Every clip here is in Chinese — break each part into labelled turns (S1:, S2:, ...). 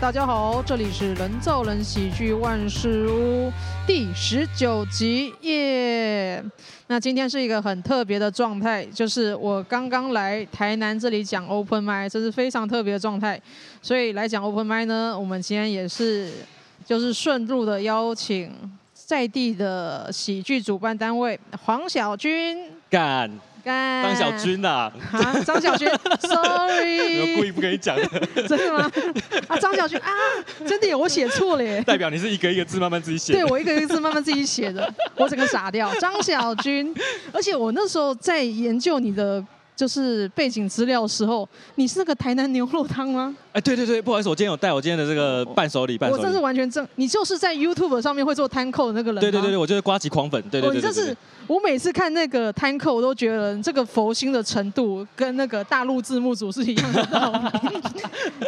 S1: 大家好，这里是人造人喜剧万事屋第十九集耶。那今天是一个很特别的状态，就是我刚刚来台南这里讲 open m i 这是非常特别的状态。所以来讲 open m i 呢，我们今天也是就是顺路的邀请在地的喜剧主办单位黄小军。
S2: 干，
S1: 干
S2: 张小军呐、
S1: 啊，张小 军
S2: 我故
S1: ，sorry，
S2: 意不跟你讲 的，
S1: 真的吗？啊，张小军啊，真的耶我写错了 耶。
S2: 代表你是一个一个字慢慢自己写。
S1: 对，我一个一个字慢慢自己写的，我整个傻掉。张小军，而且我那时候在研究你的就是背景资料的时候，你是那个台南牛肉汤吗？
S2: 哎，对对对，不好意思，我今天有带我今天的这个伴手礼，伴
S1: 我
S2: 手
S1: 真是
S2: 礼。
S1: 完全正，你就是在 YouTube 上面会做摊扣的那个人吗。
S2: 对对对对，我就是瓜吉狂粉，对对
S1: 哦，你
S2: 对
S1: 这
S2: 对对
S1: 是我每次看那个摊扣，我都觉得这个佛心的程度跟那个大陆字幕组是一样的道 理。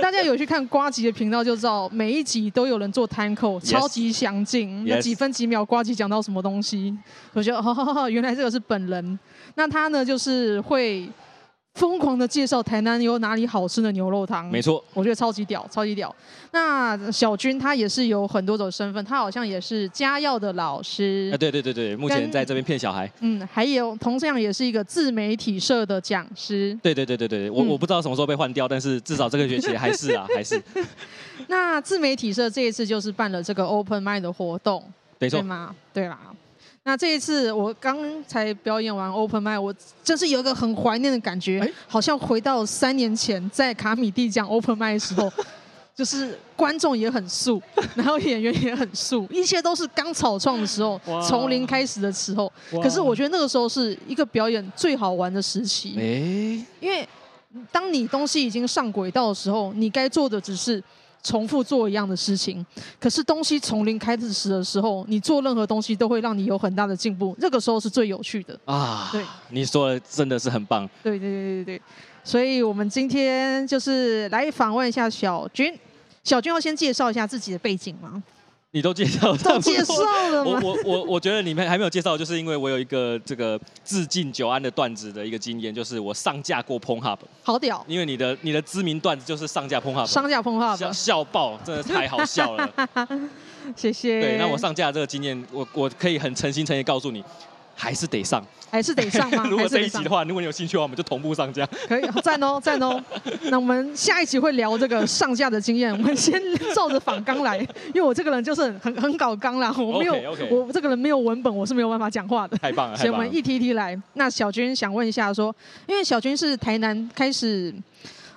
S1: 大家有去看瓜吉的频道就知道，每一集都有人做摊扣，
S2: Yes
S1: 超级详尽，那
S2: Yes
S1: 几分几秒瓜吉讲到什么东西，我觉得哦，原来这个是本人。那他呢，就是会疯狂的介绍台南有哪里好吃的牛肉汤，
S2: 没错，
S1: 我觉得超级屌，超级屌。那小军他也是有很多种身份，他好像也是家药的老师，
S2: 哎，对对对对，目前在这边骗小孩。
S1: 嗯，还有同样也是一个自媒体社的讲师。
S2: 对对对对对，我、
S1: 嗯
S2: 我不知道什么时候被换掉，但是至少这个学期还是 啊，还是
S1: 那自媒体社这一次就是办了这个 Open Mind 的活动，
S2: 没
S1: 对
S2: 错。
S1: 吗？对啦。那这一次我刚才表演完 Open Mind，我真是有一个很怀念的感觉，
S2: 哎
S1: 好像回到三年前在卡米蒂讲 Open Mind 的时 候。就是观众也很素，然后演员也很素，一切都是刚草创的时候
S2: 哇，
S1: 从零开始的时候。
S2: 哇
S1: 可是我觉得那个时候是一个表演最好玩的时期。
S2: 哎，
S1: 因为当你东西已经上轨道的时候，你该做的只是重复做一样的事情。可是东西从零开始的时候，你做任何东西都会让你有很大的进步，这个时候是最有趣的。
S2: 啊，
S1: 对
S2: 你说的真的是很棒。
S1: 对对对对对，所以我们今天就是来访问一下小军。小军要先介绍一下自己的背景 吗？
S2: 你都介绍差
S1: 都
S2: 不多
S1: 介绍了
S2: 我
S1: 吗？
S2: 我我我觉得你们还没有介绍，就是因为我有一个这个致敬久安的段子的一个经验，就是我上架过 p o n Hub，
S1: 好屌，
S2: 因为你的你的知名段子就是上架 p o n Hub，
S1: 商家碰话
S2: 笑
S1: 吧，
S2: 笑爆，真的太好 笑了。
S1: 谢谢。
S2: 对，那我上架的这个经验，我我可以很诚心诚意告诉你，还是得 上。
S1: 还是得上吗？
S2: 如
S1: 啊
S2: 果
S1: 还是
S2: 这
S1: 得
S2: 一
S1: 上
S2: 集的话，如果你有兴趣的话，我们就同步上架。
S1: 可以，赞哦，赞哦。那我们下一集会聊这个上架的经验，我们先照着仿纲来，因为我这个人就是很很很搞纲啦，我没有
S2: OK，OK
S1: 我这个人没有文本，我是没有办法讲话的，
S2: 太棒了，
S1: 所
S2: 太
S1: 以我
S2: 棒
S1: 们
S2: 了！
S1: 一题一题来。那小军想问一下说，因为小军是台南开始，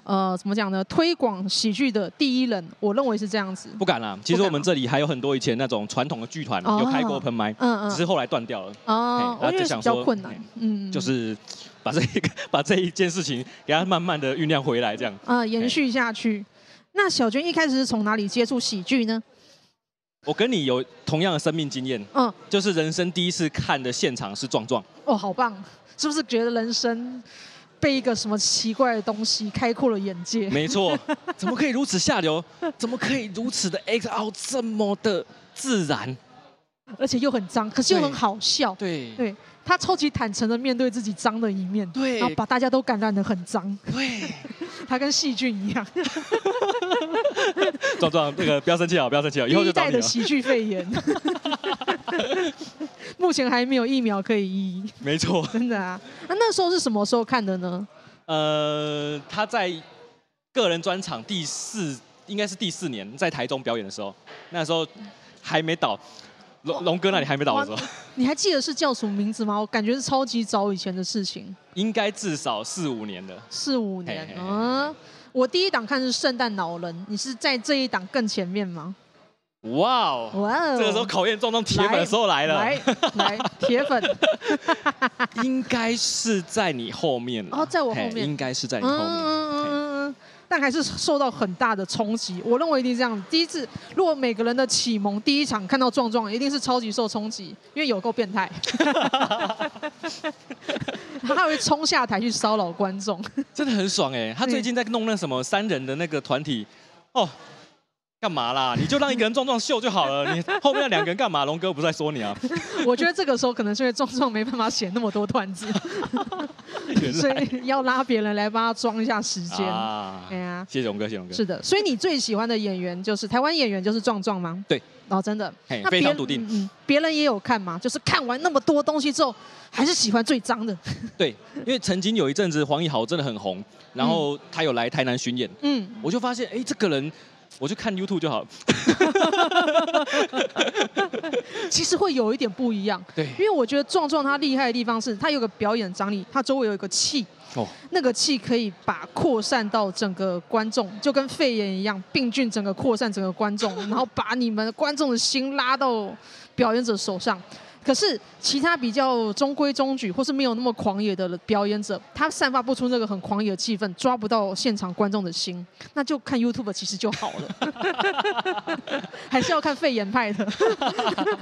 S1: 呃，怎么讲呢？推广喜剧的第一人，我认为是这样子。
S2: 不敢啦，其实我们这里还有很多以前那种传统的剧团
S1: 哦
S2: 有开过 open mic，
S1: 嗯
S2: 只
S1: 嗯。
S2: 是后来断掉了。
S1: 哦，
S2: 嘿
S1: 我觉得
S2: 那就
S1: 比
S2: 想
S1: 较
S2: 说
S1: 困难
S2: 嘿，
S1: 嗯，
S2: 就是把这一个把这一件事情给它慢慢的酝酿回来，这样。
S1: 呃，延续下去。那小军一开始是从哪里接触喜剧呢？
S2: 我跟你有同样的生命经验，
S1: 嗯，
S2: 就是人生第一次看的现场是 壮壮，
S1: 哦，好棒！是不是觉得人生被一个什么奇怪的东西开阔了眼界？
S2: 没错，怎么可以如此下流？怎么可以如此的 X out 这么的自然？
S1: 而且又很脏，可是又
S2: 对
S1: 很好笑。
S2: 对
S1: 对他超级坦诚的面对自己脏的一面，
S2: 对
S1: 然后把大家都感染的很脏，
S2: 对，
S1: 他跟细菌一样，
S2: 哦壮壮，那个不要生气啊，不要生气啊，以后
S1: 第
S2: 就
S1: 一
S2: 找
S1: 代
S2: 你
S1: 的
S2: 了。
S1: 喜剧肺 炎。目前还没有疫苗可以医，
S2: 没错，
S1: 真的啊。那那时候是什么时候看的呢？
S2: 呃，他在个人专场第四，应该是第四年，在台中表演的时候，那时候还没倒，龙龙哥那里还没倒的时候，
S1: 你还记得是叫什么名字吗？我感觉是超级早以前的事情。
S2: 应该至少四五年了。
S1: 四五年
S2: 嘿嘿，嘿
S1: 嗯，我第一档看是《圣诞老人》，你是在这一档更前面吗？
S2: 哇哦！
S1: 哇哦！
S2: 这个时候考验壮壮铁粉的时候来了，
S1: 来来，铁 粉，
S2: 应该是在你后面了。
S1: 哦在我后面
S2: 嘿应该是在
S1: 嗯
S2: 你后面。
S1: 嗯
S2: 嘿
S1: 嗯，但还是受到很大的冲击。我认为一定是这样。第一次，如果每个人的启蒙第一场看到壮壮，一定是超级受冲击，因为有够变 态，他会冲下台去骚扰观众。
S2: 欸真的很爽哎、他最近在弄那什么三人的那个团体，哦，干嘛啦？你就让一个人撞撞秀就好 了，你后面那两个人干嘛？龙哥不是在说你啊？
S1: 我觉得这个时候可能是因为壮壮没办法写那么多段子，
S2: 原
S1: 所
S2: 来
S1: 以要拉别人来帮他装一下时间。
S2: 啊
S1: 哎，呀，
S2: 谢谢龙哥，谢谢龙哥。
S1: 是的，所以你最喜欢的演员就是台湾演员就是壮壮吗？
S2: 对，
S1: 哦，真的，
S2: 嘿，
S1: 那
S2: 非
S1: 别
S2: 常笃定。
S1: 嗯，嗯别人也有看嘛，就是看完那么多东西之后，还是喜欢最脏 的。
S2: 对，因为曾经有一阵子黄义豪真的很红，然后他有来台南巡演，
S1: 嗯，
S2: 我就发现，哎，这个人，我就看 YouTube 就好。
S1: 其实会有一点不一样，
S2: 对
S1: 因，为我觉得壮壮他厉害的地方是他有个表演张力，他周围有一个气，
S2: 哦，
S1: 那个气可以把扩散到整个观众，就跟肺炎一样，病菌整个扩散整个观众，然后把你们观众的心拉到表演者手上。可是其他比较中规中矩或是没有那么狂野的表演者，他散发不出那个很狂野的气氛，抓不到现场观众的心， 那就看 YouTube 其实就好了， 还是要看肺炎派的。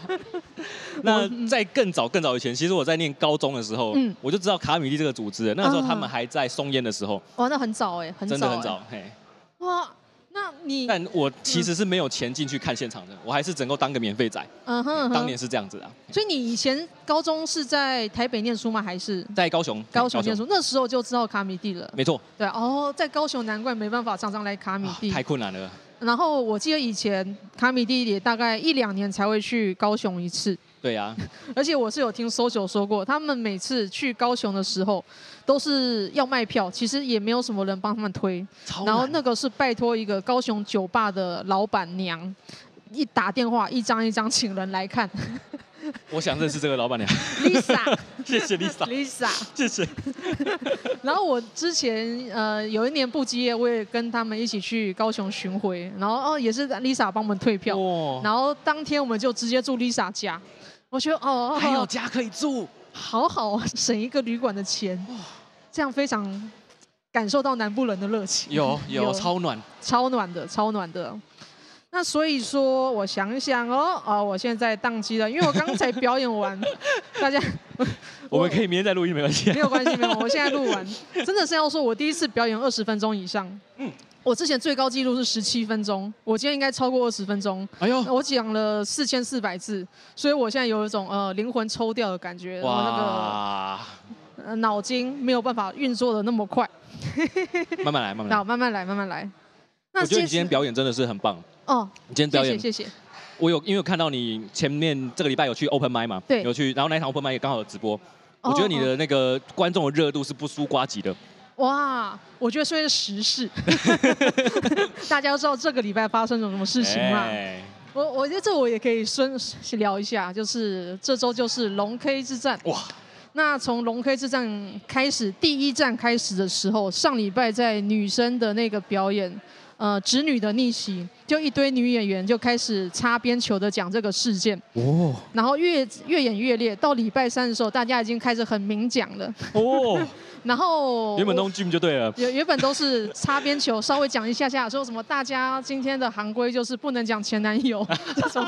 S2: 那在更早更早以前，其实我在念高中的时候，
S1: 嗯
S2: 我就知道卡米蒂这个组织了。那个时候他们还在松烟的时候，
S1: 哇，那很早哎、很早、
S2: 真
S1: 欸，
S2: 的很早。嘿，
S1: 哇，那你
S2: 但我其实是没有钱进去看现场的，我还是能够当个免费仔。
S1: 嗯哼嗯嗯哼
S2: 当年是这样子的啊，
S1: 所以你以前高中是在台北念书吗？还是
S2: 在高雄，
S1: 高雄念书？那时候就知道卡米蒂了。
S2: 没错，
S1: 对哦，在高雄难怪没办法常常来卡米
S2: 啊
S1: 蒂。
S2: 太困难了。
S1: 然后我记得以前卡米蒂也大概一两年才会去高雄一次，
S2: 对啊，
S1: 而且我是有听 social 说过，他们每次去高雄的时候都是要卖票，其实也没有什么人帮他们推。
S2: 超
S1: 然后
S2: 难
S1: 那个是拜托一个高雄酒吧的老板娘，一打电话一张一张请人来 看
S2: 我想认识这个老板 娘，
S1: ，Lisa
S2: 谢谢 Lisa，
S1: Lisa。
S2: 谢谢。
S1: 然后我之前呃有一年不基业，我也跟他们一起去高雄巡回，然后哦也是 Lisa 帮我们退票，
S2: 哇，
S1: 然后当天我们就直接住 Lisa 家，我觉得哦，哦
S2: 还有
S1: 哦
S2: 家可以住，
S1: 好好啊省一个旅馆的钱，这样非常感受到南部人的热情，
S2: 有有
S1: 有
S2: 超暖，
S1: 超暖的，超暖的。那所以说，我想一想哦，啊、我现在宕机了，因为我刚才表演 完，大家
S2: 我们可以明天再录音没关 系啊
S1: 没。有关系，没有。我现在录完， 真的是要说，我第一次表演二十分钟以上。
S2: 嗯
S1: 我之前最高纪录是十七分钟，我今天应该超过二十分钟。
S2: 哎呦，
S1: 我讲了四千四百字，所以我现在有一种呃灵魂抽掉的感觉，我那
S2: 哇，
S1: 个呃脑筋没有办法运作的那么快。
S2: 慢慢来，慢慢
S1: 那
S2: 来
S1: 我。慢慢来，慢慢来。那
S2: 嗯我觉
S1: 接
S2: 得你今天
S1: 着
S2: 表演真的是很棒，
S1: 哦，
S2: 你今天表
S1: 谢谢
S2: 演
S1: 谢谢，
S2: 我有因为我看到你前面这个礼拜有去 open m i 嘛，
S1: 对
S2: 有去，然后那一场 open m i 也刚好有直播，
S1: 哦
S2: 我觉得你的那个观众的热度是不输瓜吉的，
S1: 哦哇，我觉得虽然是时 事， 大家都知道这个礼拜发生了什么事情嘛。
S2: 哎
S1: 我我觉得这我也可以顺聊一下，就是这周就是龙 K 之战。
S2: 哇，
S1: 那从龙 K 之战开始，第一站开始的时候，上礼拜在女生的那个表演，呃，侄女的逆袭，就一堆女演员就开始擦边球的讲这个事件，
S2: 哦
S1: 然后越越演越烈。到礼拜三的时候，大家已经开始很明讲了。
S2: 哦，
S1: 然后
S2: 原本
S1: 我
S2: 弄 gym 就对了，
S1: 原原本都是擦边球，稍微讲一下下，说什么大家今天的行规就是不能讲前男友这种。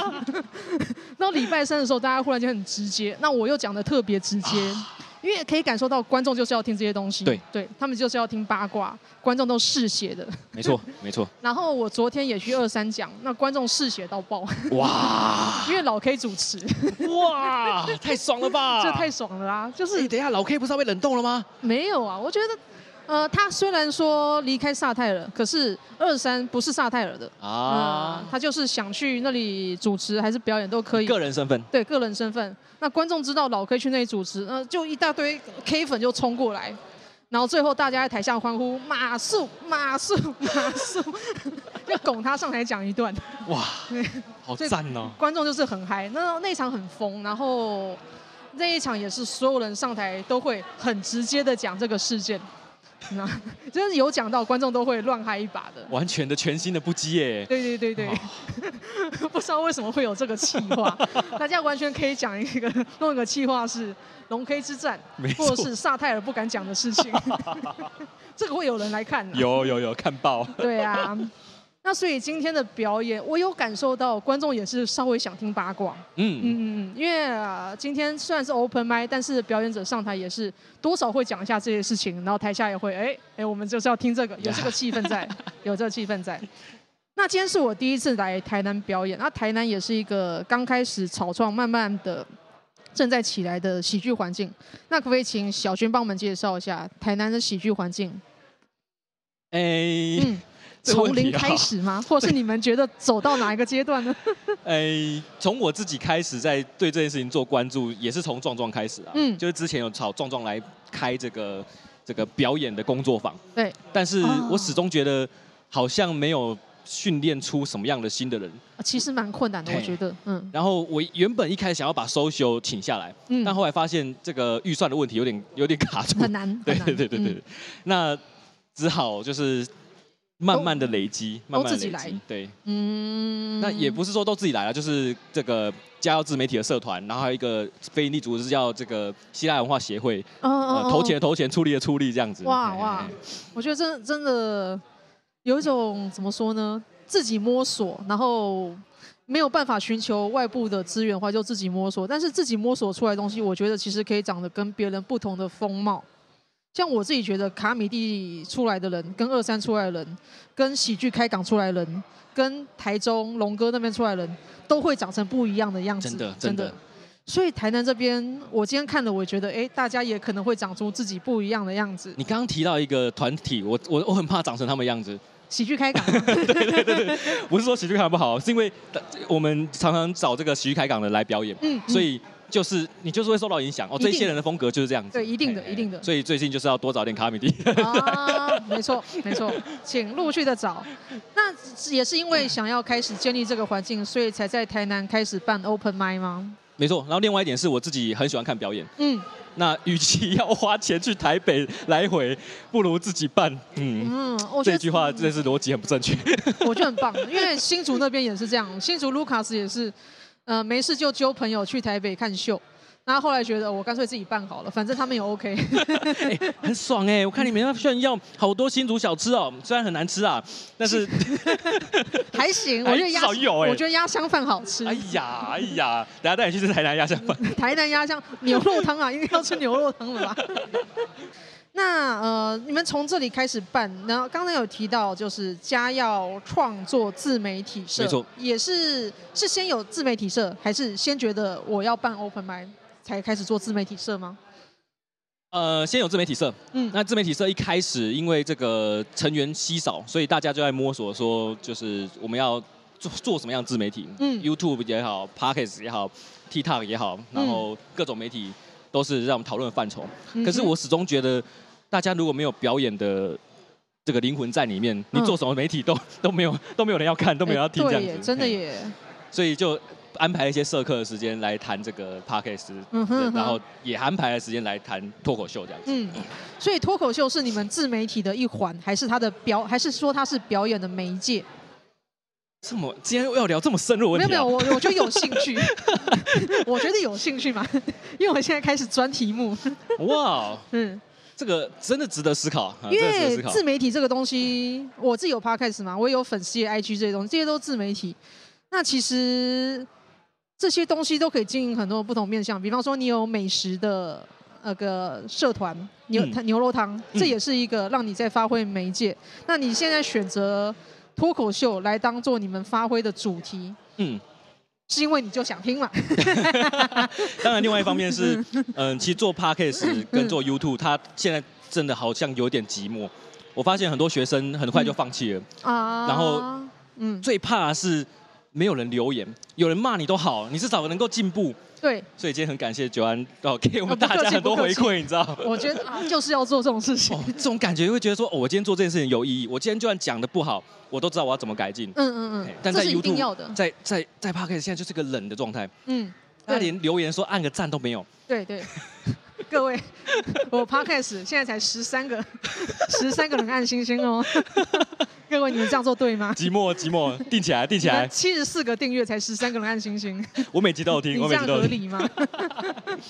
S1: 然后礼拜三的时候，大家忽然间很直接，那我又讲的特别直接，因为可以感受到观众就是要听这些东西，
S2: 对，
S1: 对他们就是要听八卦，观众都嗜血的。
S2: 没错没错，
S1: 然后我昨天也去二三讲，那观众嗜血到爆，
S2: 哇
S1: 因为老 K 主持，
S2: 哇，太爽了吧！
S1: 这太爽了啦，就是
S2: 哎等一下，老 K 不是要被冷冻了吗？
S1: 没有啊，我觉得。呃，他虽然说离开萨泰尔，可是二三不是萨泰尔的，啊、
S2: 啊，
S1: 他就是想去那里主持还是表演都可以，
S2: 个人身份，
S1: 对个人身份。那观众知道老 K 去那里主持，呃，就一大堆 K 粉就冲过来，然后最后大家在台下欢呼马术马术马术， 就拱他上台讲一段，
S2: 哇，好赞哦！
S1: 观众就是很嗨。那那一场很疯，然后那一场也是所有人上台都会很直接的讲这个事件， 那就是有讲到观众都会乱嗨一把的。
S2: 完全的全新的不羁耶，
S1: 对对对对， 不知道为什么会有这个气话，大家完全可以讲一个 弄一个气话是龙 K 之战
S2: 没，
S1: 或
S2: 错
S1: 者是萨泰尔不敢讲的事情，这个会有人来看、啊。，
S2: 有有有看爆，
S1: 对啊。那所以今天的表演，我有感受到观众也是稍微想听八卦，
S2: 嗯，
S1: 嗯嗯嗯，因为、啊今天虽然是 open m i 但是表演者上台也是多少会讲一下这些事情，然后台下也会，哎哎，我们就是要听这个，有这个气氛在，有这个气氛在。那今天是我第一次来台南表演，那台南也是一个刚开始草创、慢慢的正在起来的喜剧环境。那可不可以请小军帮我们介绍一下台南的喜剧环境？
S2: 哎、
S1: 嗯，
S2: 这个
S1: 从
S2: 问题
S1: 零开
S2: 啊
S1: 始吗？或者是你们觉得走到哪一个阶段 呢？
S2: 诶，哎从我自己开始在对这件事情做关注，也是从壮壮开始啊。
S1: 嗯
S2: 就是之前有找壮壮来开这个这个表演的工作坊，
S1: 对，
S2: 但是
S1: 哦
S2: 我始终觉得好像没有训练出什么样的新的人。
S1: 其实蛮困难的，我
S2: 对
S1: 觉得，嗯
S2: 然后我原本一开始想要把 social 请下来，
S1: 嗯，
S2: 但后来发现这个预算的问题有点有点卡住。
S1: 很难，很
S2: 对
S1: 难
S2: 对对对对，
S1: 嗯
S2: 那只好就是慢慢的累积，慢慢
S1: 都
S2: 的
S1: 自己
S2: 累
S1: 来
S2: 积。对，
S1: 嗯，
S2: 那也不是说都自己来了，就是这个加入自媒体的社团，然后还有一个非营利组织叫这个希腊文化协会，
S1: 哦，哦
S2: 呃，投钱的投钱，出力的出力这样子。
S1: 哇
S2: 嘿嘿
S1: 哇
S2: 嘿，
S1: 我觉得真真的有一种怎么说呢，自己摸索，然后没有办法寻求外部的资源的话，就自己摸索。但是自己摸索出来的东西，我觉得其实可以长得跟别人不同的风貌。像我自己觉得，卡米蒂出来的人，跟二三出来的人，跟喜剧开港出来的人，跟台中龙哥那边出来的人，都会长成不一样的样子。
S2: 真的
S1: 真
S2: 真
S1: 的
S2: 的。
S1: 所以台南这边，我今天看了，我觉得，哎，大家也可能会长出自己不一样的样子。
S2: 你刚刚提到一个团体，我我我很怕长成他们的样子，
S1: 喜剧开港，
S2: 不是说喜剧开港不好，是因为呃我们常常找这个喜剧开港的来表演，
S1: 嗯，
S2: 所
S1: 以
S2: 以就是你就是会受到影响哦。
S1: 一定
S2: 这些人的风格就是这样子，
S1: 对一定的
S2: 嘿嘿
S1: 一定的
S2: 所以最近就是要多找点卡米蒂，
S1: 啊，没错没错，请陆续的找。那也是因为想要开始建立这个环境，所以才在台南开始办 open m i 吗？
S2: 没错。然后另外一点是我自己很喜欢看表演，
S1: 嗯
S2: 那与其要花钱去台北来回，不如自己办。嗯，
S1: 嗯，我觉
S2: 这
S1: 得
S2: 句话真是逻辑很不正确。
S1: 我觉得很棒，因为新竹那边也是这样，新竹卢卡斯也是，呃，没事就揪朋友去台北看秀。然后后来觉得哦我干脆自己办好了，反正他们也 OK。
S2: 哎、很爽哎、我看你们要炫耀好多新竹小吃哦，虽然很难吃啊，但是
S1: 还行，我觉得
S2: 哎
S1: 鸭，
S2: 少有哎
S1: 我觉得鸭香饭好吃。
S2: 哎呀哎呀，等下带你去吃台南鸭香饭。
S1: 台南鸭香牛肉汤啊，应该要吃牛肉汤了 吧？那呃，你们从这里开始办，然后刚才有提到就是家要创作自媒体社，
S2: 没错，
S1: 也是是先有自媒体社，还是先觉得我要办 open m i 才开始做自媒体社吗？
S2: 呃，先有自媒体社，
S1: 嗯，
S2: 那自媒体社一开始因为这个成员稀少，所以大家就在摸索说，就是我们要做做什么样的自媒体，
S1: 嗯
S2: YouTube 也好，Podcast 也好，TikTok 也好，然后各种媒体都是让我们讨论的范畴。
S1: 嗯
S2: 可是我始终觉得，大家如果没有表演的这个灵魂在里面，你
S1: 嗯
S2: 做什么媒体都 都没有都没有人要看，都没有人要听这
S1: 哎
S2: 样
S1: 对
S2: 子
S1: 耶，，真的
S2: 嘿。
S1: 耶，
S2: 所以就安排一些社课的时间来谈这个 Podcast，、
S1: 嗯哼
S2: 然后
S1: 哼
S2: 也安排了时间来谈脱口秀这样子。
S1: 嗯，所以脱口秀是你们自媒体的一环，还是它的表，还是说它是表演的媒介？
S2: 这么今天要聊这么深入的问
S1: 没
S2: 题、
S1: 有
S2: 啊？
S1: 没有，我我觉得有兴趣， 我觉得有兴趣嘛， 因为我现在开始钻题目，
S2: 哇，
S1: 嗯，
S2: 这个真的值得思考，啊、
S1: 因
S2: 真的值得
S1: 为
S2: 思考
S1: 自。媒体这个东西，我自己有 podcast 嘛，我也有粉丝页、IG 这些东西，这些都是自媒体。那其实这些东西都可以经营很多不同面向，比方说你有美食的那个社团，牛、
S2: 嗯
S1: 牛肉汤，这也是一个让你在发挥媒介。那你现在选择脱口秀来当做你们发挥的主题，
S2: 嗯，
S1: 是因为你就想听嘛？
S2: 当然，另外一方面 是，嗯，其实做 podcast 跟
S1: 嗯
S2: 做 YouTube，它现在真的好像有点寂寞。我发现很多学生很
S1: 嗯
S2: 快就放弃了，
S1: 啊，
S2: 然后
S1: 嗯，
S2: 最怕的是没有人留言，有人骂你都好，你至少能够进步。
S1: 对，
S2: 所以今天很感谢九安哦，给我们
S1: 哦不客气
S2: 大家很多
S1: 不客
S2: 回
S1: 气
S2: 馈，你知道吗？
S1: 我觉得啊， 就是要做这种事情
S2: 哦。，这种感觉会觉得说，哦，我今天做这件事情有意义。我今天就算讲的不好，我都知道我要怎么改进。
S1: 嗯嗯嗯
S2: 嘿，哎但
S1: 这
S2: 在
S1: 是一定
S2: YouTube
S1: 要的。
S2: 在在在 podcast 现在就是个冷的状态，
S1: 嗯，
S2: 他
S1: 对
S2: 连留言说按个赞都没有。
S1: 对对， 各位， 我 podcast 现在才十三个，十三个人按星星哦。 各位，你们这样做对吗？
S2: 寂寞寂寞，定起来定起来，
S1: 七十四个订阅才十三个人按星星，
S2: 我每集都有 听，
S1: 你
S2: 我
S1: 这
S2: 每
S1: 样
S2: 集都
S1: 合
S2: 有听。
S1: 理吗？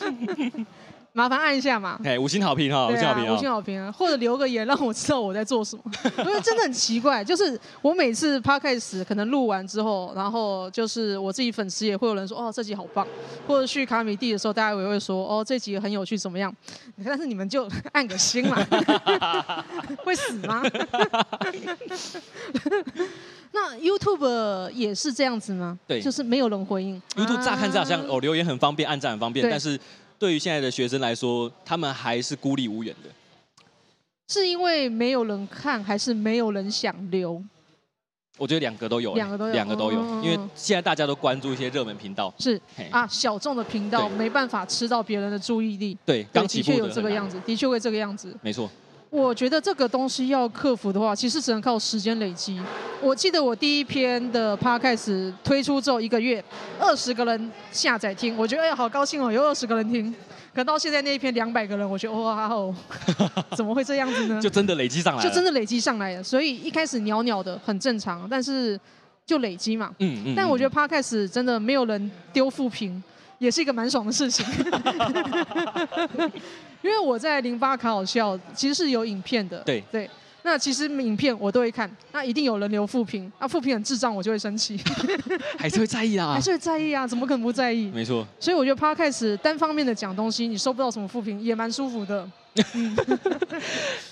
S1: 麻烦按一下嘛。
S2: 哎，五星好评哈，五
S1: 对
S2: 星好
S1: 啊，
S2: 评
S1: 五星
S2: 哈。
S1: 好评啊，或者留个言让我知道我在做 什么。因为真的很奇怪，就是我每次 podcast 可能录完之后，然后就是我自己粉丝也会有人说哦这集好棒，或者去卡米蒂的时候，大家也会说哦这集很有趣怎么样？ 但是你们就按个 心嘛，会死吗？ 那 YouTube 也是这样子吗？
S2: 对
S1: 就是没有人回应。
S2: YouTube 乍看之下好像
S1: 啊
S2: 哦留言很方便，按赞很方便，
S1: 对
S2: 但是对于现在的学生来说，他们还是孤立无援的。
S1: 是因为没有人看，还是没有人想留？
S2: 我觉得两个都有欸，
S1: 两个都有
S2: 两个都有，
S1: 嗯嗯嗯
S2: 因为现在大家都关注一些热门频道，
S1: 是
S2: 嘿，
S1: 啊，小众的频道
S2: 哎对
S1: 没办法吃到别人的注意力。
S2: 对，
S1: 对
S2: 刚起
S1: 的
S2: 步
S1: 确有
S2: 的
S1: 这个
S2: 很难
S1: 样子，的确会这个样子。
S2: 没错，
S1: 我觉得这个东西要克服的话，其实只能靠时间累积。我记得我第一篇的 podcast 推出之后一个月，二十个人下载听，我觉得哎呀好高兴哦，有二十个人听。可到现在那一篇两百个人，我觉得哇 哦，怎么会这样子呢？
S2: 就真的累积上
S1: 嗯
S2: 来了，
S1: 就真的累积上来了，所以一开始袅袅的很正常，但是就累积嘛。
S2: 嗯，嗯嗯
S1: 但我觉
S2: 嗯
S1: 得 podcast 真的没有人丢负评，也是一个蛮爽的事 情。因为我在零八卡好笑，其实是有影片的。
S2: 对
S1: 对。那其实影片我都会看，那一定有人留负评，那负评很智障，我就会生气，
S2: 还是会在意啦
S1: 还，是会在意啊，怎么可能不在意？
S2: 没错，
S1: 所以我觉得 podcast 单方面的讲东西，你收不到什么负评，也蛮舒服的。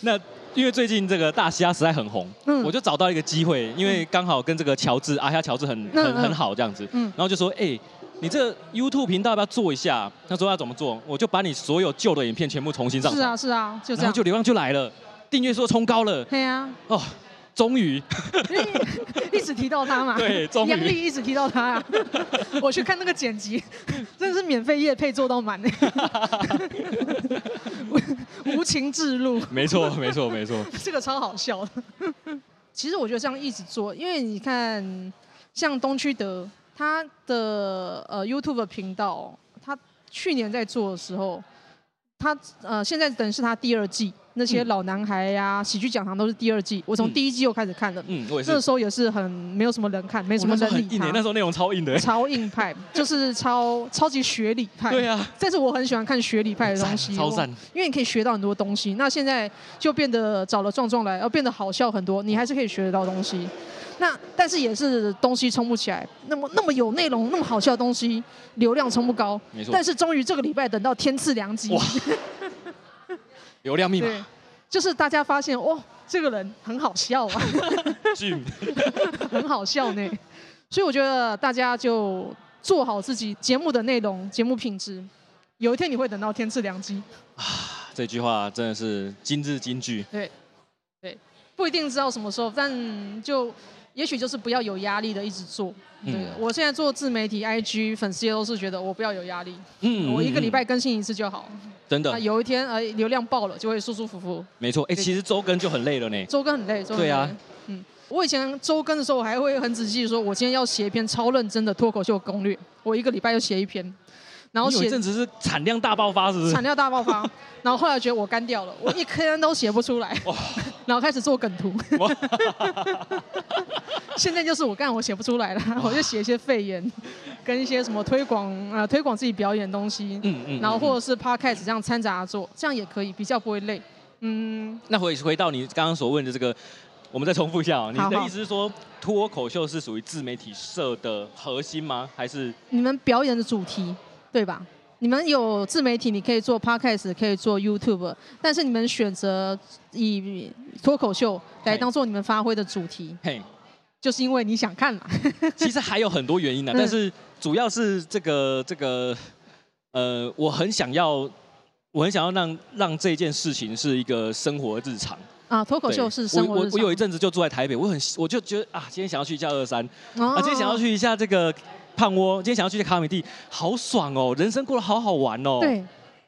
S2: 那因为最近这个大西亚实在很红，
S1: 嗯
S2: 我就找到一个机会，因为刚好跟这个乔治阿夏乔治很
S1: 嗯
S2: 很
S1: 嗯
S2: 很好这样子，
S1: 嗯
S2: 然后就说，哎、你这 YouTube 频道要不要做一下？他说要怎么做？我就把你所有旧的影片全部重新上
S1: 是
S2: 传，
S1: 啊，是啊，就这
S2: 然
S1: 样。
S2: 后就流量就来了，订阅数冲高了，
S1: 对啊，
S2: 哦，终于
S1: 因为一直提到他嘛，
S2: 对终于
S1: 杨丽一直提到他啊。我去看那个剪辑，真的是免费业配做到满，无无情置入，
S2: 没错，没错，没错，
S1: 这个超好笑的。其实我觉得这样一直做，因为你看，像东区德他的呃 YouTube 频道，他去年在做的时候，他呃现在等于是他第二季，那些
S2: 嗯
S1: 老男孩呀、喜剧讲堂都是第二季，我从
S2: 嗯
S1: 第一季又开始看了。
S2: 嗯，我也是
S1: 那。时候也是很没有什么人看，没什么
S2: 我那时候
S1: 人
S2: 很
S1: 理
S2: 硬欸那
S1: 他
S2: 时，候内容超 硬的欸。
S1: 超硬派，就是超超级学理派。
S2: 对啊，
S1: 但是我很喜欢看学理派的东西，
S2: 超赞
S1: 哇，因为你可以学到很多东西。那现在就变得找了壮壮来，要变得好笑很多，你还是可以学得到东西。那但是也是东西冲不起来，那么那么有内容、那么好笑的东西，流量冲不高。
S2: 没错
S1: 但是终于这个礼拜等到天赐良机，
S2: 哇流量密
S1: 对
S2: 码，
S1: 就是大家发现哦，这个人很好笑啊。
S2: Jim，
S1: 很好笑呢。所以我觉得大家就做好自己节目的内容、节目品质，有一天你会等到天赐良机。
S2: 这句话真的是今日金句。
S1: 对，对，不一定知道什么时候，但就也许就是不要有压力的一直做。对、
S2: 嗯
S1: 我现在做自媒体、IG 粉丝也都是觉得我不要有压力，
S2: 嗯
S1: 我一个礼
S2: 嗯
S1: 拜更新一次就好。
S2: 嗯真
S1: 那
S2: 的
S1: 有一天呃流量爆了，就会舒舒服服。
S2: 没错。哎，其实周更就很累了呢。
S1: 周更很累，周更很累
S2: 对啊，
S1: 嗯，我以前周更的时候，我还会很仔细地说，我今天要写一篇超认真的脱口秀攻略，我一个礼拜要写一篇，然后
S2: 你有一
S1: 写
S2: 阵子是产量大爆发，是不 是
S1: 产？料大爆发，然后后来觉得我干掉了，我一篇都写不出来，然后开始做梗图，
S2: 哇
S1: 现在就是我干我写不出来了，我就写一些肺炎，跟一些什么推广啊、呃推广自己表演的东西，
S2: 嗯嗯
S1: 然后
S2: 嗯
S1: 或者是 podcast 这样掺杂着做，这样也可以，比较不会累，嗯，
S2: 那回回到你刚刚所问的这个，我们再重复一下哦。你
S1: 好
S2: 的
S1: 好
S2: 意思是说，脱口秀是属于自媒体社的核心吗？还是
S1: 你们表演的主题，对吧？你们有自媒体，你可以做 podcast，可以做 YouTube，但是你们选择以脱口秀来当做你们发挥的主题，
S2: 嘿，
S1: 就是因为你想看嘛。
S2: 其实还有很多原因呢、啊
S1: 嗯
S2: 但是主要是这个这个，呃，我很想要，我很想要让让这件事情是一个生活日常。
S1: 啊，脱口秀
S2: 对
S1: 是生活
S2: 我
S1: 日
S2: 我我有一阵子就住在台北，我很我就觉得啊，今天想要去一下二三，
S1: 常
S2: 啊，今天想要、去一下这个胖窝，今天想要去一下卡米蒂，好爽哦，人生过得好好玩哦。
S1: 哦，对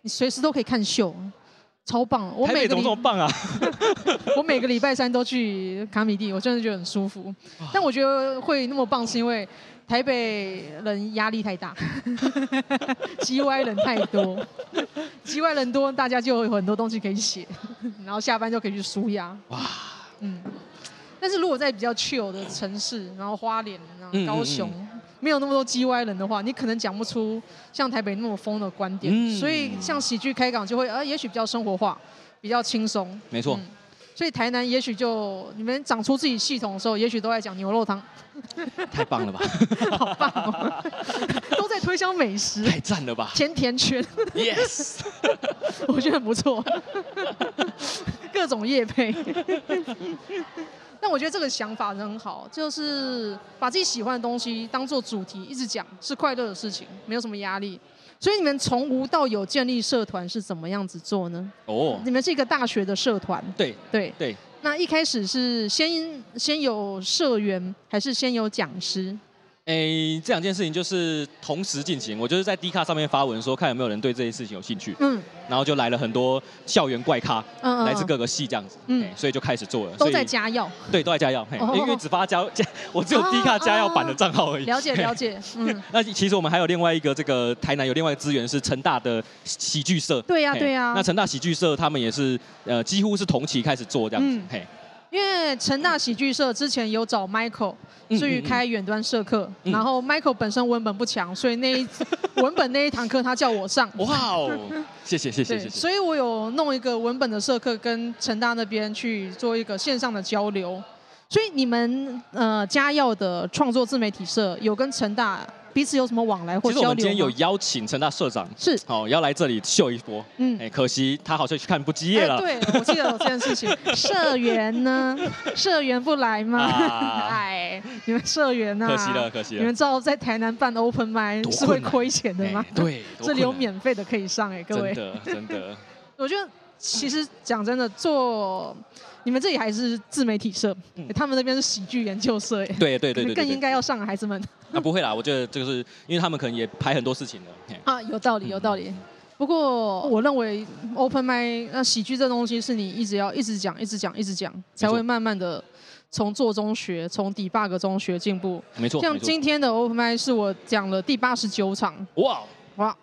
S1: 你随时都可以看秀，超棒！我
S2: 台
S1: 每
S2: 北
S1: 个
S2: 怎么
S1: 礼
S2: 这么棒啊？
S1: 我每个礼拜三都去卡米蒂，我真的觉得很舒服。但我觉得会那么棒，是因为台北人压力太大，g y 人太多，g y 人多，大家就有很多东西可以写，然后下班就可以去舒压。哇，嗯。但是如果在比较 chill 的城市，然后花莲、然后
S2: 嗯嗯
S1: 高雄，没有那么多 G Y 人的话，你可能讲不出像台北那么疯的观点。
S2: 嗯
S1: 所以像喜剧开港就会，呃，也许比较生活化，比较轻松。
S2: 没错，
S1: 嗯所以台南也许就你们长出自己系统的时候，也许都在讲牛肉汤，
S2: 太棒了吧，
S1: 好棒哦，都在推销美食。
S2: 太赞了 吧
S1: 甜甜圈，
S2: ，Yes，
S1: 我觉得很不错，各种夜配。但我觉得这个想法很好，就是把自己喜欢的东西当做主题，一直讲是快乐的事情，没有什么压力。所以你们从无到有建立社团是怎么样子做呢？
S2: 哦，
S1: 你们是一个大学的社团，
S2: 对
S1: 对
S2: 对。
S1: 那一开始是先先有社员，还是先有讲师？
S2: 诶、哎这两件事情就是同时进行。我就是在 D 卡上面发文说，看有没有人对这件事情有兴趣，
S1: 嗯
S2: 然后就来了很多校园怪咖，
S1: 嗯嗯，
S2: 来自
S1: 嗯
S2: 各个系这样子，哎
S1: 嗯
S2: 诶所以就开始做了。
S1: 都
S2: 所以
S1: 在加药，
S2: 对，都在加药，嘿，
S1: 哦
S2: 因为只发加加， 我只有
S1: 啊
S2: D 卡加药版的账号而已。
S1: 了解
S2: 嘿
S1: 了 解，嗯，
S2: 那其实我们还有另外一个，这个台南有另外一个资源是成大的喜剧社。
S1: 对呀
S2: 嘿
S1: 对呀
S2: 那成大喜剧社他们也是呃几乎是同期开始做这样子
S1: 嗯，
S2: 嘿，
S1: 因为成大喜剧社之前有找 Michael
S2: 嗯
S1: 至于
S2: 嗯嗯
S1: 开远端社课，
S2: 嗯
S1: 然后 Michael 本身文本不强，所以那 一文本那一堂课他叫我上，
S2: 哇 哦，谢谢谢谢
S1: 对，
S2: 谢谢，
S1: 所以我有弄一个文本的社课，跟成大那边去做一个线上的交流。所以你们呃嘉耀的创作自媒体社有跟成大彼此有什么往来或
S2: 其实我
S1: 交
S2: 们今天
S1: 流
S2: 有
S1: 吗？
S2: 邀请成大社长，
S1: 是，
S2: 哦，要来这里秀一波，
S1: 嗯，哎
S2: 哎，可惜他好像去看不基业了。
S1: 对，我记得有这件事 情。社员呢？社员不来吗？
S2: 啊
S1: 哎，你们社员呐、
S2: 可惜了，可惜
S1: 你
S2: 了
S1: 们。知道在台南办 open mic
S2: 多
S1: 是会
S2: 困难
S1: 亏钱的
S2: 哎
S1: 吗？，
S2: 对，多
S1: 这里有
S2: 困难
S1: 免费的可以上哎、各位
S2: 真。的真的，
S1: 我觉得其实讲真的，做你们这里还是自媒体社，欸
S2: 嗯
S1: 他们那边是喜剧研究社哎、
S2: 对对
S1: 你
S2: 对
S1: 们
S2: 对
S1: 更
S2: 对
S1: 应
S2: 对。
S1: 该要上啊孩子们
S2: 啊，不会啦，我觉得这个是因为他们可能也排很多事情了。哎嘿
S1: 啊，有道理，有道理。不过我认为 open mic 那喜剧这东西是你一直要一直讲、一直讲、一直讲，才会慢慢的从做中学，从 debug 中学进步。
S2: 没错，
S1: 像
S2: 没错
S1: 今天的 open mic 是我讲了第八十九场，
S2: 哇，
S1: 哇，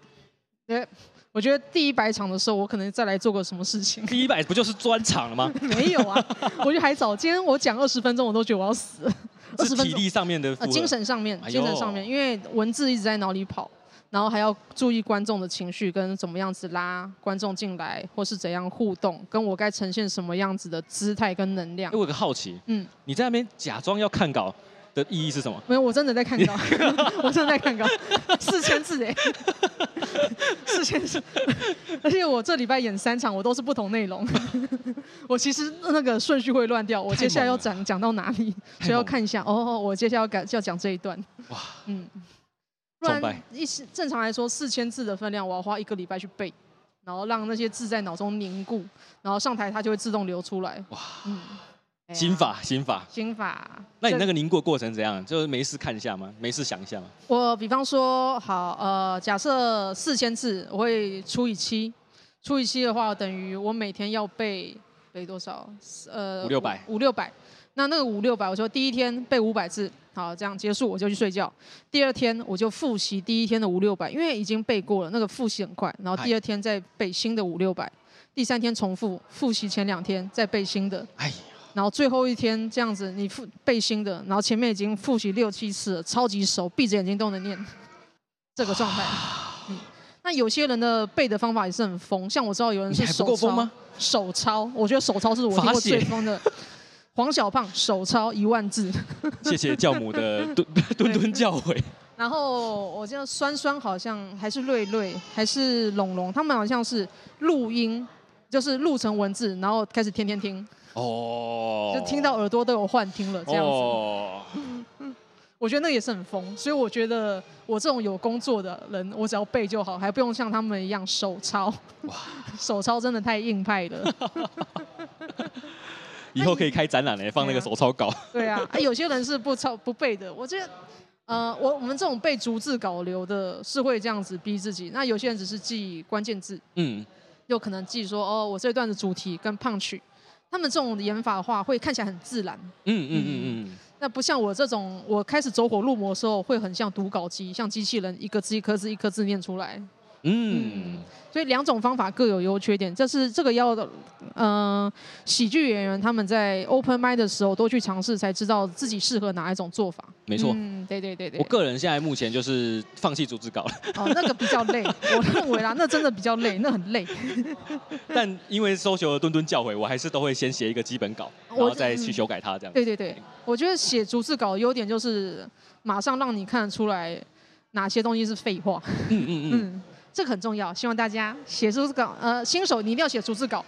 S1: 对，我觉得第一百场的时候，我可能再来做个什么事情。
S2: 第一百不就是专场了吗？
S1: 没有啊，我觉得还早。今天我讲二十分钟，我都觉得我要死了。 二
S2: 是
S1: 十分
S2: 体
S1: 钟，
S2: 力上面的负
S1: 呃，
S2: 荷，
S1: 精神上面，
S2: 哎呦
S1: 精神上面，因为文字一直在脑里跑，然后还要注意观众的情绪跟怎么样子拉观众进来，或是怎样互动，跟我该呈现什么样子的姿态跟能量
S2: 哎。我有个好奇，
S1: 嗯，
S2: 你在那边假装要看稿的意义是什么？
S1: 没有，我真的在 看稿，我真的在看稿，四千字哎，四千字，而且我这礼拜演三场，我都是不同内 容，我其实那个顺序会乱掉，我接下来要讲讲到哪里，所以要看一下，哦，我接下来要讲要讲这一段，
S2: 哇，
S1: 嗯，不然
S2: 崇拜
S1: 一些正常来说四千字的分量，我要花一个礼拜去背，然后让那些字在脑中凝固，然后上台它就会自动流出来，
S2: 哇，
S1: 嗯，哎呀
S2: 心，法心法。
S1: 心法，
S2: 那你那
S1: 个。
S2: 个凝固的过程怎样？就是没事看一下吗？没事想一下吗？
S1: 我比方说，好，呃，假设四千字，我会除以七，除以七的话，等于我每天要背背多少？呃，
S2: 五六百
S1: 五六百。那那个五六百，我说第一天背五百字，好，这样结束我就去睡觉。第二天我就复习第一天的五六百，因为已经背过了，那个复习很快。然后第二天再背新的五六百，第三天重复复习前两天再背新的，
S2: 哎呀，
S1: 然后最后一天这样子，你复背新的，然后前面已经复习六七次了，超级熟，闭着眼睛都能念，这个状态。嗯，那有些人的背的方法也是很疯，像我知道有人
S2: 你
S1: 是
S2: 还不
S1: 手
S2: 够
S1: 抄
S2: 疯吗？
S1: 手抄，我觉得手抄是我听过
S2: 罚写
S1: 最疯的。 黄小胖手抄一万字，
S2: 谢谢教母的 敦敦敦教诲。
S1: 然后我记得酸酸好像还是瑞瑞还是龙龙，他们好像是录音，就是录成文字，然后开始天天听，
S2: 哦，
S1: 就听到耳朵都有幻听了这样子。
S2: 哦，
S1: 我觉得那个也是很疯，所以我觉得我这种有工作的人，我只要背就好，还不用像他们一样手抄。哇，手抄真的太硬派了。
S2: 以后可以开展览嘞，放那个手抄稿。
S1: 对啊，啊有些人是不抄不背的。我觉得，呃，我我们这种背逐字稿流的，是会这样子逼自己。那有些人只是记关键字，
S2: 嗯，
S1: 有可能记说哦，我这段的主题跟胖曲，他们这种演法的话，会看起来很自然。
S2: 嗯嗯嗯嗯，
S1: 那不像我这种，我开始走火入魔的时候，会很像读稿机，像机器人一个字一颗字一颗字念出来。
S2: 嗯，
S1: 所以两种方法各有优缺点，这是这个要，呃，喜剧演员他们在 open m i d 的时候多去尝试，才知道自己适合哪一种做法。
S2: 没错。
S1: 嗯，对对对对
S2: 我，个人现在目前就是放弃组织稿 了，
S1: 哦，那个比较 累，我认为啦，那真的比较累，那很累。
S2: 但因为搜求了敦敦教诲，我还是都会先写一个基本稿，然后
S1: 我
S2: 再
S1: 嗯
S2: 去修改它这样。
S1: 对对对，我觉得写逐字稿的优点就是马上让你看得出来哪些东西是废话，
S2: 嗯嗯嗯，
S1: 嗯，这个很重要，希望大家写逐字稿，呃，新手你一定要写逐字稿，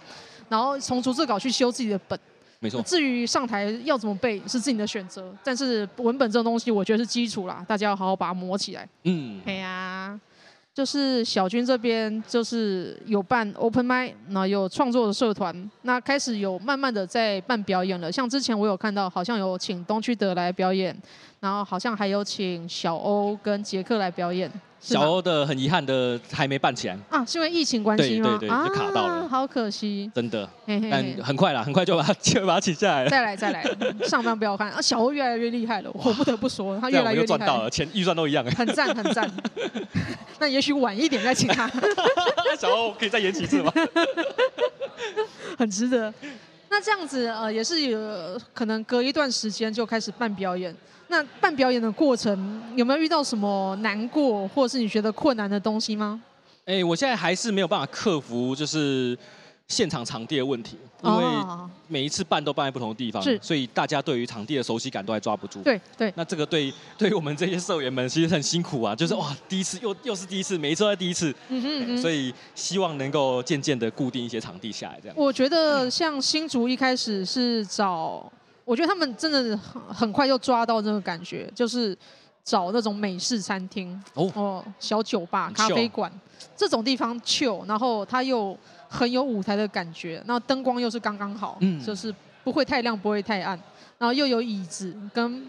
S1: 然后从逐字稿去修自己的本。
S2: 没错，
S1: 至于上台要怎么背是自己的选择，但是文本这种东西我觉得是基础啦，大家要好好把它磨起来。
S2: 嗯，
S1: 哎呀，就是小军这边就是有办 open m i 那有创作的社团，那开始有慢慢的在办表演了。像之前我有看到，好像有请东区德来表演，然后好像还有请小欧跟杰克来表演。是吗
S2: 小欧的很遗憾的还没办起来，
S1: 啊，是因为疫情关系
S2: 对
S1: 吗？
S2: 对对就卡到了
S1: 啊、好可惜。
S2: 真的，
S1: 嘿嘿
S2: 但
S1: 嘿，
S2: 很快啦，很快就把它就把它请下来 了。
S1: 再来再来，上班不要看啊！小欧越来越厉害了，我不得不说，他
S2: 这
S1: 越
S2: 样我
S1: 来
S2: 们
S1: 越
S2: 又
S1: 厉害
S2: 赚到了，钱预算都一样 哎。
S1: 很赞很赞。 那也许晚一点再请他。
S2: 小欧可以再延几次吗？
S1: 很值得。那这样子呃，也是有可能隔一段时间就开始办表演。那办表演的过程有没有遇到什么难过，或是你觉得困难的东西吗？
S2: 哎、我现在还是没有办法克服，就是现场场地的问题，因为
S1: 哦，
S2: 每一次办都办在不同的地方
S1: 是，
S2: 所以大家对于场地的熟悉感都还抓不住。
S1: 对对，
S2: 那这个对对于 我们这些社员们其实很辛苦啊，就是哇，第一次又又是第一次，每一次都在第一次，
S1: 嗯哼嗯哼。
S2: 所
S1: 以
S2: 以希望能够渐渐的固定一些场地下来，这样。
S1: 我觉得像新竹一开始是找，我觉得他们真的很很快就抓到那个感觉，就是找那种美式餐厅
S2: 哦
S1: 哦，小酒吧、
S2: 很
S1: 咖啡
S2: chill
S1: 馆这种地方 chill，然后它又很有舞台的感觉，那灯光又是刚刚好，
S2: 嗯
S1: 就是不会太亮，不会太暗，然后又有椅子跟。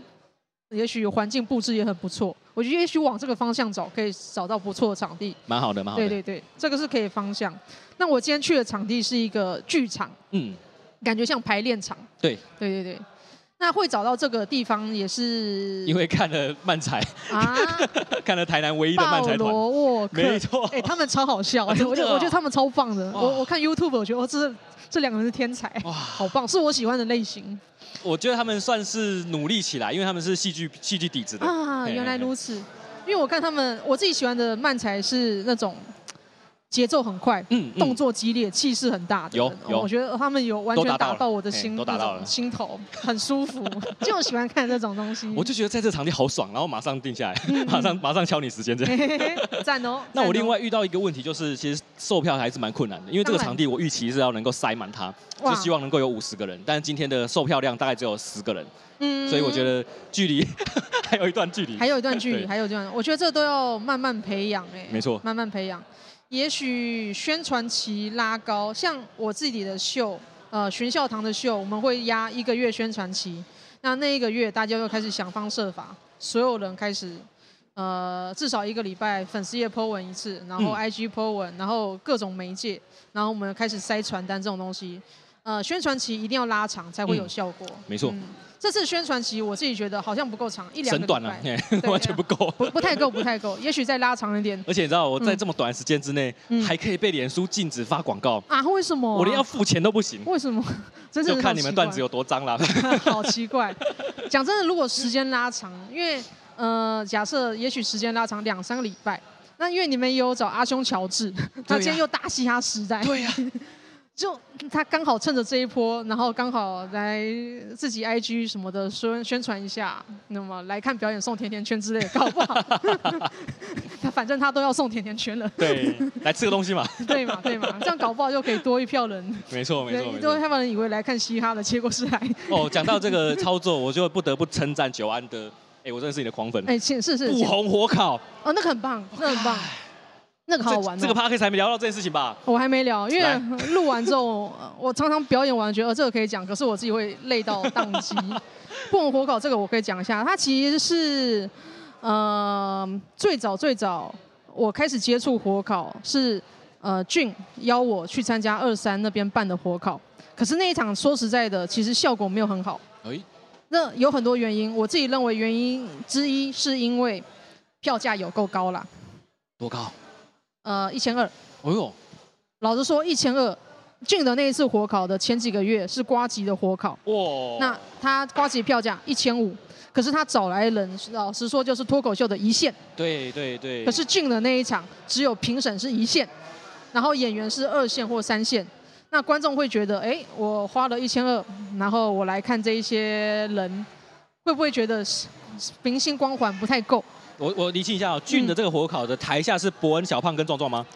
S1: 也许环境布置也很不错，我觉得也许往这个方向找，可以找到不错的场地。
S2: 蛮好的，蛮好
S1: 对对
S2: 的。
S1: 对，这个是可以方向。那我今天去的场地是一个剧场，
S2: 嗯，
S1: 感觉像排练场。
S2: 对
S1: 对对对，那会找到这个地方也是
S2: 因为看了漫才，
S1: 啊，
S2: 看了台南唯一的漫
S1: 鲍
S2: 才团，
S1: 罗沃克
S2: 没，错，
S1: 哎、他们超好笑，我
S2: 真的
S1: 觉得
S2: 啊
S1: 我觉得他们超棒的。
S2: 哇
S1: 我我看 YouTube，我觉得哦，这这两个人是天才，
S2: 哇，
S1: 好棒，是我喜欢的类型
S2: 我觉得他们算是努力起来，因为他们是戏剧戏剧底子的。
S1: 啊。
S2: 嘿
S1: 原来
S2: 嘿嘿
S1: 如此，因为我看他们，我自己喜欢的漫才是那种节奏很快。
S2: 嗯，
S1: 动
S2: 嗯
S1: 作激烈、气势很大的人，哦
S2: 有有
S1: 我觉得他们有完
S2: 都
S1: 全
S2: 达到
S1: 打
S2: 了
S1: 到我的
S2: 嘿
S1: 心，
S2: 都达
S1: 那
S2: 到
S1: 种
S2: 了
S1: 心头很舒服，就喜欢看这种东西。
S2: 我就觉得在这场地好爽，然后马上定下来，
S1: 嗯嗯嗯
S2: 马上马上敲你时间这样。
S1: 嘿嘿嘿赞哦。
S2: 那
S1: 赞
S2: 我
S1: 哦
S2: 另外遇到一个问题就是，其实售票还是蛮困难的，因为这个
S1: 当然
S2: 场地我预期是要能够塞满它，
S1: 哇
S2: 是希望能够有五十个人，但是今天的售票量大概只有十个人，
S1: 嗯
S2: 所以我觉得距离 还有一段距离
S1: 还。有一段距离，
S2: 嗯对
S1: 还有一段，我觉得这都要慢慢培养哎、
S2: 没错
S1: 慢慢培养。也许宣传期拉高，像我自己的秀，呃，巡校堂的秀，我们会压一个月宣传期，那那一个月大家又开始想方设法，所有人开始。呃，至少一个礼拜粉丝页 po 文一次，然后
S2: 嗯
S1: IG po 文，然后各种媒介，然后我们开始塞传单这种东西。呃，宣传期一定要拉长才会有
S2: 嗯
S1: 效果。
S2: 没错
S1: 嗯这次宣传期我自己觉得好像不够长，一两
S2: 神
S1: 个
S2: 短啊
S1: 礼
S2: 了、
S1: 拜。啊
S2: 嘿完全不够。
S1: 不不太够，不太够，也许再拉长一点
S2: 而且你知道，我在
S1: 嗯
S2: 这么短的时间之内，
S1: 嗯
S2: 还可以被脸书禁止发广告，
S1: 啊？为什么啊、
S2: 我连要付钱都不行，
S1: 为什么？ 真是
S2: 就看你们段子
S1: 有
S2: 有多 脏啦。
S1: 好奇怪。讲真的，如果时间拉长，因为呃，假设也许时间拉长两三个礼拜，那因为你们也有找阿兄乔 治，他今天又大嘻哈时代，
S2: 对啊 呀、
S1: 就他刚好趁着这一波，然后刚好来自己 IG 什么的宣宣传一下，那么来看表演送甜甜圈之类的，搞不好， 他反正他都要送甜甜圈了，
S2: 对，来吃个东西嘛。
S1: 对嘛对嘛，这样搞不好就可以多一票人。
S2: 没错，没错，
S1: 对，
S2: 没
S1: 都
S2: 错。
S1: 他们以为来看嘻哈的，结果是来
S2: 哦，讲到这个操作，我就不得不称赞久安的，哎、我真的是你的狂粉。
S1: 哎，是是是，
S2: 不红火烤，
S1: 哦，那个很棒，那个很棒，那个好玩哦。
S2: 这这个 p a r k 才没聊到这件事情吧？
S1: 我还没聊，因为
S2: 来
S1: 录完之后，呃我常常表演完觉得、呃、这个可以讲，可是我自己会累到宕机。不红火烤这个我可以讲一下，它其实是呃最早最早我开始接触火烤是呃俊邀我去参加二三那边办的火烤，可是那一场说实在的，其实效果没有很好。
S2: 哎，
S1: 那有很多原因，我自己认为原因之一是因为票价有够高啦，
S2: 多高？
S1: 呃，一千二。
S2: 哎呦，
S1: 老实说，一千二，俊的那一次火烤的前几个月是瓜吉的火烤，
S2: 哇，
S1: 那他瓜吉票价一千五，可是他找来的人，老实说就是脱口秀的一线，
S2: 对对对，
S1: 可是俊的那一场只有评审是一线，然后演员是二线或三线。那观众会觉得，哎，我花了一千二，然后我来看这一些人，会不会觉得是是明星光环不太够？
S2: 我我厘清一下哦，俊的这个火烤的台下是伯恩、小胖跟壮壮吗？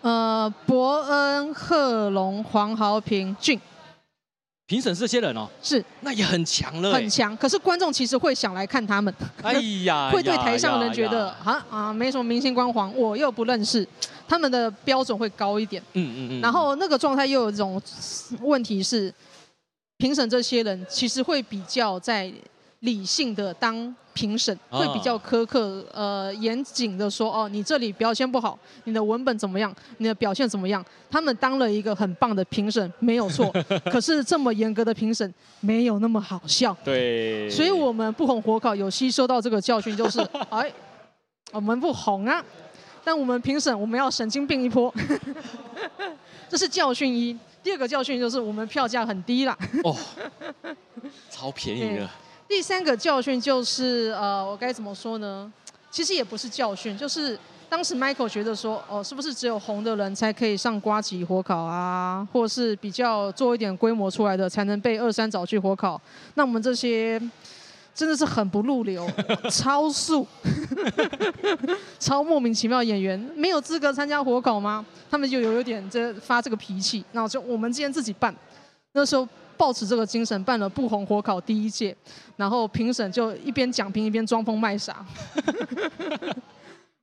S1: 呃，伯恩、贺龙、黄豪平、俊，
S2: 评审是这些人哦，
S1: 是
S2: 那也很强了欸，
S1: 很强，可是观众其实会想来看他们，
S2: 哎 呀，
S1: 会对
S2: 呀
S1: 台上的人
S2: 呀
S1: 觉得
S2: 呀
S1: 啊啊没什么明星光环，我又不认识，他们的标准会高一点。
S2: 嗯嗯嗯，
S1: 然后那个状态又有一种问题是，评审这些人其实会比较在理性的当评审，
S2: 啊
S1: 会比较苛刻、呃严谨的说，哦，你这里表现不好，你的文本怎么样，你的表现怎么样？他们当了一个很棒的评审，没有 错。可是这么严格的评审没有那么好笑，
S2: 对，
S1: 所以我们不红火烤有吸收到这个教训，就是哎，我们不红啊，但我们评审我们要神经病一波， 这是教训一。第二个教训就是我们票价很低啦。
S2: 哦，超便宜
S1: 哎
S2: 的，
S1: 第三个教训就是呃，我该怎么说呢？其实也不是教训，就是当时 Michael 觉得说，哦，是不是只有红的人才可以上瓜吉火烤啊，或是比较做一点规模出来的，才能被二三找去火烤？那我们这些真的是很不入 流，超速， 超莫名其妙的演员没有资格参加火烤吗？他们就有有点这发这个脾气，那我就我们今天自己办。那时候抱持这个精神办了不红火烤第一届，然后评审就一边讲评一边装疯卖傻，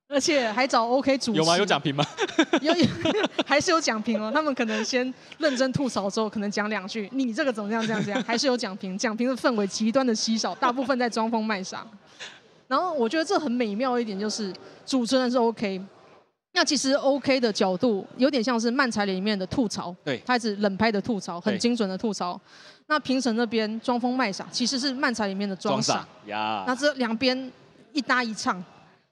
S1: 而且还找 OK 主持。
S2: 有吗？有奖评吗？
S1: 有有 还是有讲评哦，他们可能先认真吐槽之后，可能讲两句，你这个怎么样，这样这样，还是有讲评。讲评的氛围极端的稀少，大部分在装疯卖傻。然后我觉得这很美妙一点就是主持人是 OK，那其实 OK 的角度有点像是漫才里面的吐槽，
S2: 对
S1: 他只冷拍的吐槽，很
S2: 对
S1: 精准的吐槽。那评审那边装疯卖傻，其实是漫才里面的装傻。
S2: 呀
S1: 那，这两边一搭一唱，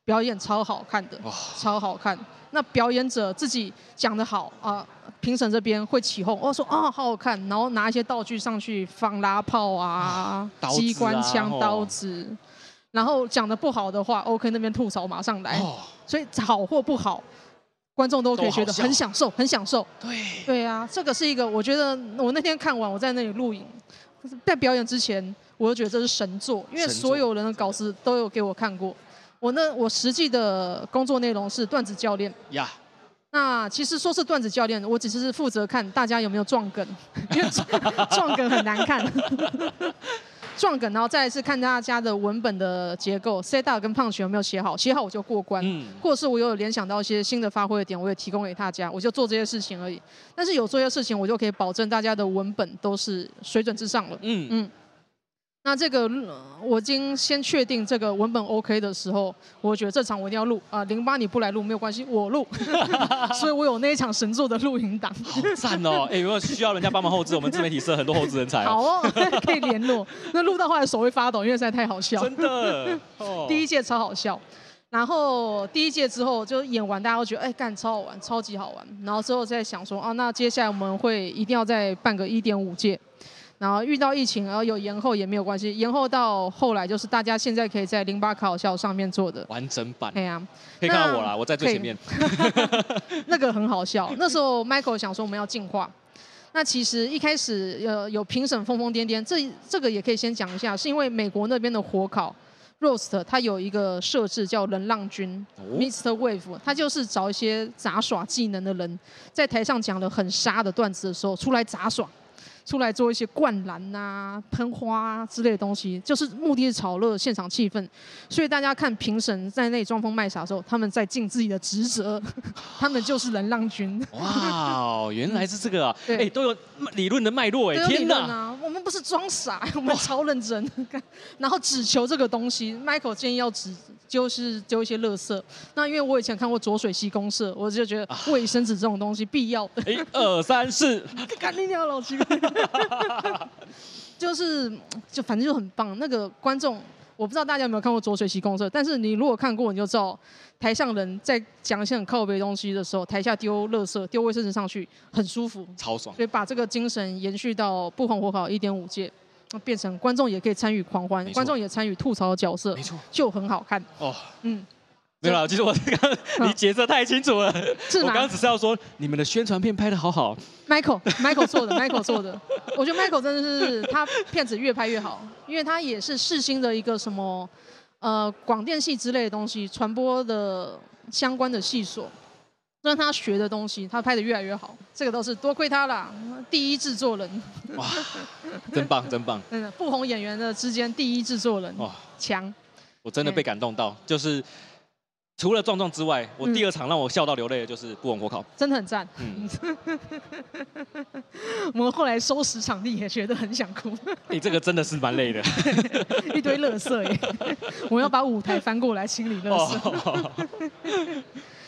S1: 表演超好看的，
S2: 哇
S1: 超好看。那表演者自己讲得好啊，评审这边会起哄，哦说啊、好好看，然后拿一些道具上去放拉炮啊、
S2: 刀子啊
S1: 机关枪、
S2: 吼
S1: 刀子，然后讲的不好的话，OK 那边吐槽马上来，
S2: 哦，
S1: 所以好或不好，观众都可以
S2: 都好
S1: 觉得
S2: 笑
S1: 很享受，很享受。
S2: 对，
S1: 对啊，这个是一个，我觉得我那天看完，我在那里录影，在表演之前，我就觉得这是神作，因为
S2: 神作
S1: 所有人的稿子都有给我看过。我那我实际的工作内容是段子教练。
S2: 呀，
S1: 那其实说是段子教练，我只是负责看大家有没有撞梗， 因为撞撞梗很难看。 撞梗，然后再一次看大家的文本的结构，set up 跟 punch 有没有写好，写好我就过关。
S2: 嗯，
S1: 或者是我有联想到一些新的发挥的点，我也提供给大家，我就做这些事情而已。但是有做这些事情，我就可以保证大家的文本都是水准之上了。
S2: 嗯
S1: 嗯那这个、呃我已经先确定这个文本 OK 的时候，我觉得这场我一定要录啊。零、八你不来录没有关系，我录， 所以我有那一场神作的录影档。
S2: 好赞哦！ 哎，如果需要人家帮忙后置，我们自媒体社很多后置人才
S1: 好
S2: 哦，
S1: 哦， 可以联络。那录到后来手会发抖，因为实在太好笑。
S2: 真 的，哦
S1: 第一届超好笑，然后第一届之后就演完，大家都觉得哎干超好玩，超级好玩。然后之后再想说啊，那接下来我们会一定要再办个一点五届。然后遇到疫情，然后有延后也没有关系，延后到后来就是大家现在可以在零八考校上面做的。
S2: 完整版
S1: 哎呀、
S2: 可以看到我啦，我在最前面，
S1: 那个很好笑。那时候 Michael 想说我们要进化，那其实一开始呃有评审疯疯癫癫，这这个也可以先讲一下，是因为美国那边的火烤 roast 它有一个设置叫人浪君、
S2: 哦
S1: Mr. Wave，他就是找一些杂耍技能的人，在台上讲了很沙的段子的时候，出来杂耍。出来做一些灌篮呐、喷花啊之类的东西，就是目的是炒热现场气氛。所以大家看评审在那里装疯卖傻的时候，他们在尽自己的职责， 他们就是人浪君。
S2: 哇哦，原来是这个啊，
S1: 对
S2: 哎，都有理论的脉
S1: 都
S2: 络哎，
S1: 有理
S2: 天
S1: 论
S2: 哪，
S1: 啊！我们不是装 傻，我们超认真。 然后只求这个东西，Michael 建议要只就是丢一些垃圾。那因为我以前看过浊水溪公社，我就觉
S2: 啊
S1: 得卫生纸这种东西必要的。
S2: 哎一二三四，
S1: 干你娘老奇怪！ 就是就反正就很棒。那个观众，我不知道大家有没有看过浊水溪公社，但是你如果看过，你就知道台上人在讲一些很靠背的东西的时候，台下丢垃圾、丢卫生纸上去，很舒服。
S2: 超爽，
S1: 所以把这个精神延续到不红火烤一点五届，那变成观众也可以参与狂欢
S2: 没，错
S1: 观众也参与吐槽的角色
S2: 没，错
S1: 就很好看。
S2: 哦。
S1: 嗯，
S2: 没有啦，其实我刚刚你解释得太清楚了，
S1: 是
S2: 我
S1: 吗
S2: 刚刚只是要说你们的宣传片拍的 好好，
S1: ？Michael Michael 做的，Michael 做的， 我觉得 Michael 真的是他片子越拍越好，因为他也是世新的一个什么呃广电系之类的东西传播的相关的系所。让他学的东西，他拍的越来越好，这个都是多亏他啦，第一制作人，
S2: 哇，真棒真棒，
S1: 真的不红演员的之间第一制作人，
S2: 哇，
S1: 强，
S2: 我真的被感动到，就是除了壮壮之外，
S1: 嗯
S2: 我第二场让我笑到流泪的就是不枉火烤，
S1: 真的很赞。
S2: 嗯，
S1: 我们后来收拾场地也觉得很想哭，
S2: 你哎这个真的是蛮累的，
S1: 一堆垃圾耶， 我们要把舞台翻过来清理垃圾。
S2: 哦，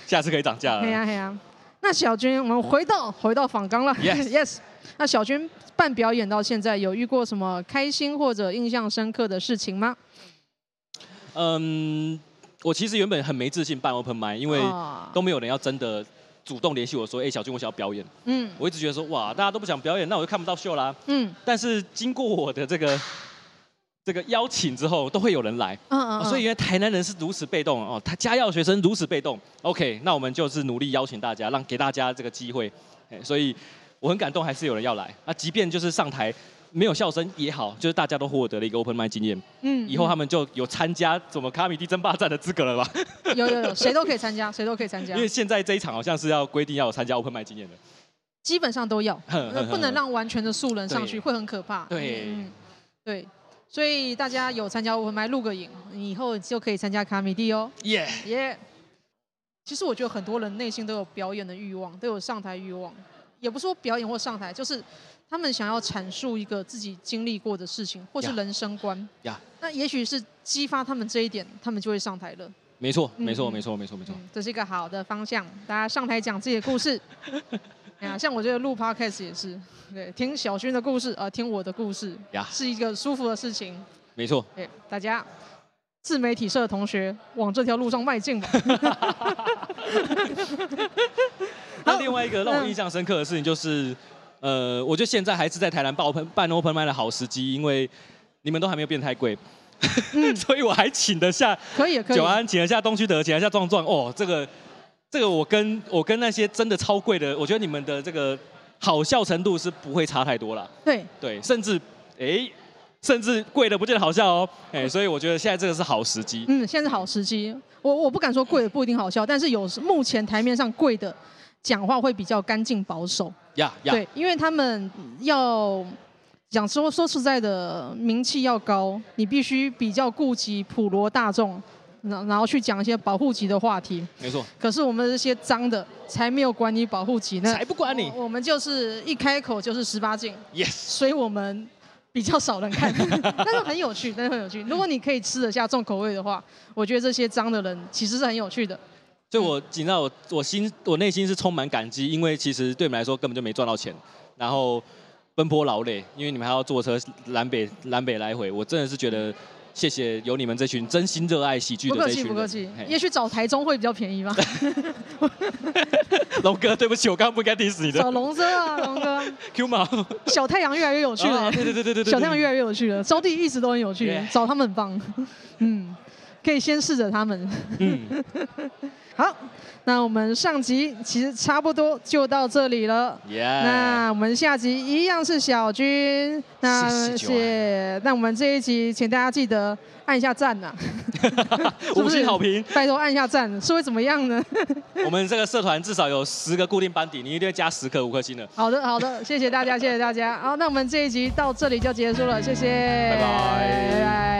S2: 下次可以啊涨价
S1: 嘿
S2: 了，
S1: 呀嘿呀，那小军，我们回到回到访纲了。
S2: Yes
S1: yes。那小军办表演到现在，有遇过什么开心或者印象深刻的事情吗？
S2: 嗯，我其实原本很没自信办 open m i d 因为
S1: 啊
S2: 都没有人要真的主动联系我说，哎、小军，我想要表演，
S1: 嗯
S2: 我一直觉得说，哇，大家都不想表演，那我就看不到秀啦。
S1: 嗯
S2: 但是经过我的这个这个邀请之后，都会有人来。
S1: 嗯嗯
S2: 哦
S1: 嗯，
S2: 所以原来台南人是如此被动哦，他家药学生如此被动。OK，那我们就是努力邀请大家，让给大家这个机会。哎，所以我很感动，还是有人要来啊，即便就是上台没有笑声也好，就是大家都获得了一个 open m i d 经验，
S1: 嗯
S2: 以后他们就有参加什么卡米蒂争霸战的资格了吧？
S1: 嗯有有有，谁都可以参加，谁都可以参加
S2: 因，为现在这一场好像是要规定要有参加 open m i d 经验的。
S1: 基本上 都要，
S2: 哼
S1: 那不能让完全的素人上去，
S2: 对
S1: 会很可怕。
S2: 对
S1: 嗯，嗯对。所以大家有参加我们来录个影，以后就可以参加卡米蒂哦。
S2: 耶
S1: 耶、其实我觉得很多人内心都有表演的欲望，都有上台欲望，也不是说表演或上台，就是他们想要阐述一个自己经历过的事情，或是
S2: 呀
S1: 人生观。
S2: 呀
S1: 那也许是激发他们这一点，他们就会上台了。
S2: 没错，
S1: 嗯
S2: 没错，
S1: 嗯
S2: 没错，没错，没错。
S1: 嗯，这是一个好的方向，大家上台讲自己的故事。哎呀，像我觉得录 podcast 也是，对，听小薰的故事，呃，听我的故事
S2: 呀
S1: 是一个舒服的事情。
S2: 没错，
S1: 对，大家自媒体社的同学往这条路上迈进吧。
S2: 那另外一个让
S1: 嗯
S2: 我印象深刻的事情就是，呃，我觉得现在还是在台南办 open 办 open m i 的好时机，因为你们都还没有变太贵， 所以我还请得下
S1: 可以，嗯可以
S2: 九。安，请得下东区德，请得下壮壮。哦，这个这个我跟我跟那些真的超贵的，我觉得你们的这个好笑程度是不会差太多啦。
S1: 对，
S2: 对，甚至诶，甚至贵的不见得好笑哦，哎，所以我觉得现在这个是好时机。
S1: 嗯，现在是好时机。我我不敢说贵的不一定好笑，但是有时目前台面上贵的讲话会比较干净保守。
S2: 呀呀，
S1: 对，因为他们要讲说说实在的，名气要高，你必须比较顾及普罗大众，然然后去讲一些保护级的话题。
S2: 没错，
S1: 可是我们这些脏的才没有管你保护级呢
S2: 才，不管你
S1: 我我们就是一开口就是十八禁。
S2: ，yes。
S1: 所以我们比较少人 看，但是很有趣，但是很有趣。如果你可以吃得下重口味的话，我觉得这些脏的人其实是很有趣的。
S2: 所以我紧张，我我心我内心是充满感激，因为其实对你们来说根本就没赚到钱，然后奔波劳累，因为你们还要坐车南北南北来回，我真的是觉得谢谢有你们这群真心热爱喜剧
S1: 不
S2: 的
S1: 客
S2: 这
S1: 气，
S2: 群人。
S1: 不客气。
S2: 嘿
S1: 也许找台中会比较便 宜吧，
S2: 龙哥，对不起，我刚刚不该 diss 你的
S1: 找。龙哥啊，龙哥。
S2: Q 毛，
S1: 小太阳越来越有趣了，
S2: 啊对对对对对对
S1: 小太阳越来越有趣了。招娣一直都很有趣
S2: Yeah，
S1: 找他们很棒。 嗯，可以先试着他们。
S2: 嗯，
S1: 好，那我们上集其实差不多就到这里了。
S2: 耶、
S1: 那我们下集一样是小军，那
S2: 谢谢九安
S1: 谢那我们这一集，请大家记得按一下赞 呐、是
S2: 五
S1: 不是
S2: 星好评，
S1: 拜托按一下赞，是会怎么样呢？
S2: 我们这个社团至少有十个固定班底，你一定要加十颗五颗星的。
S1: 好的，好的，谢谢大家，谢谢大家。好，那我们这一集到这里就结束了，谢谢，
S2: 拜拜
S1: 拜拜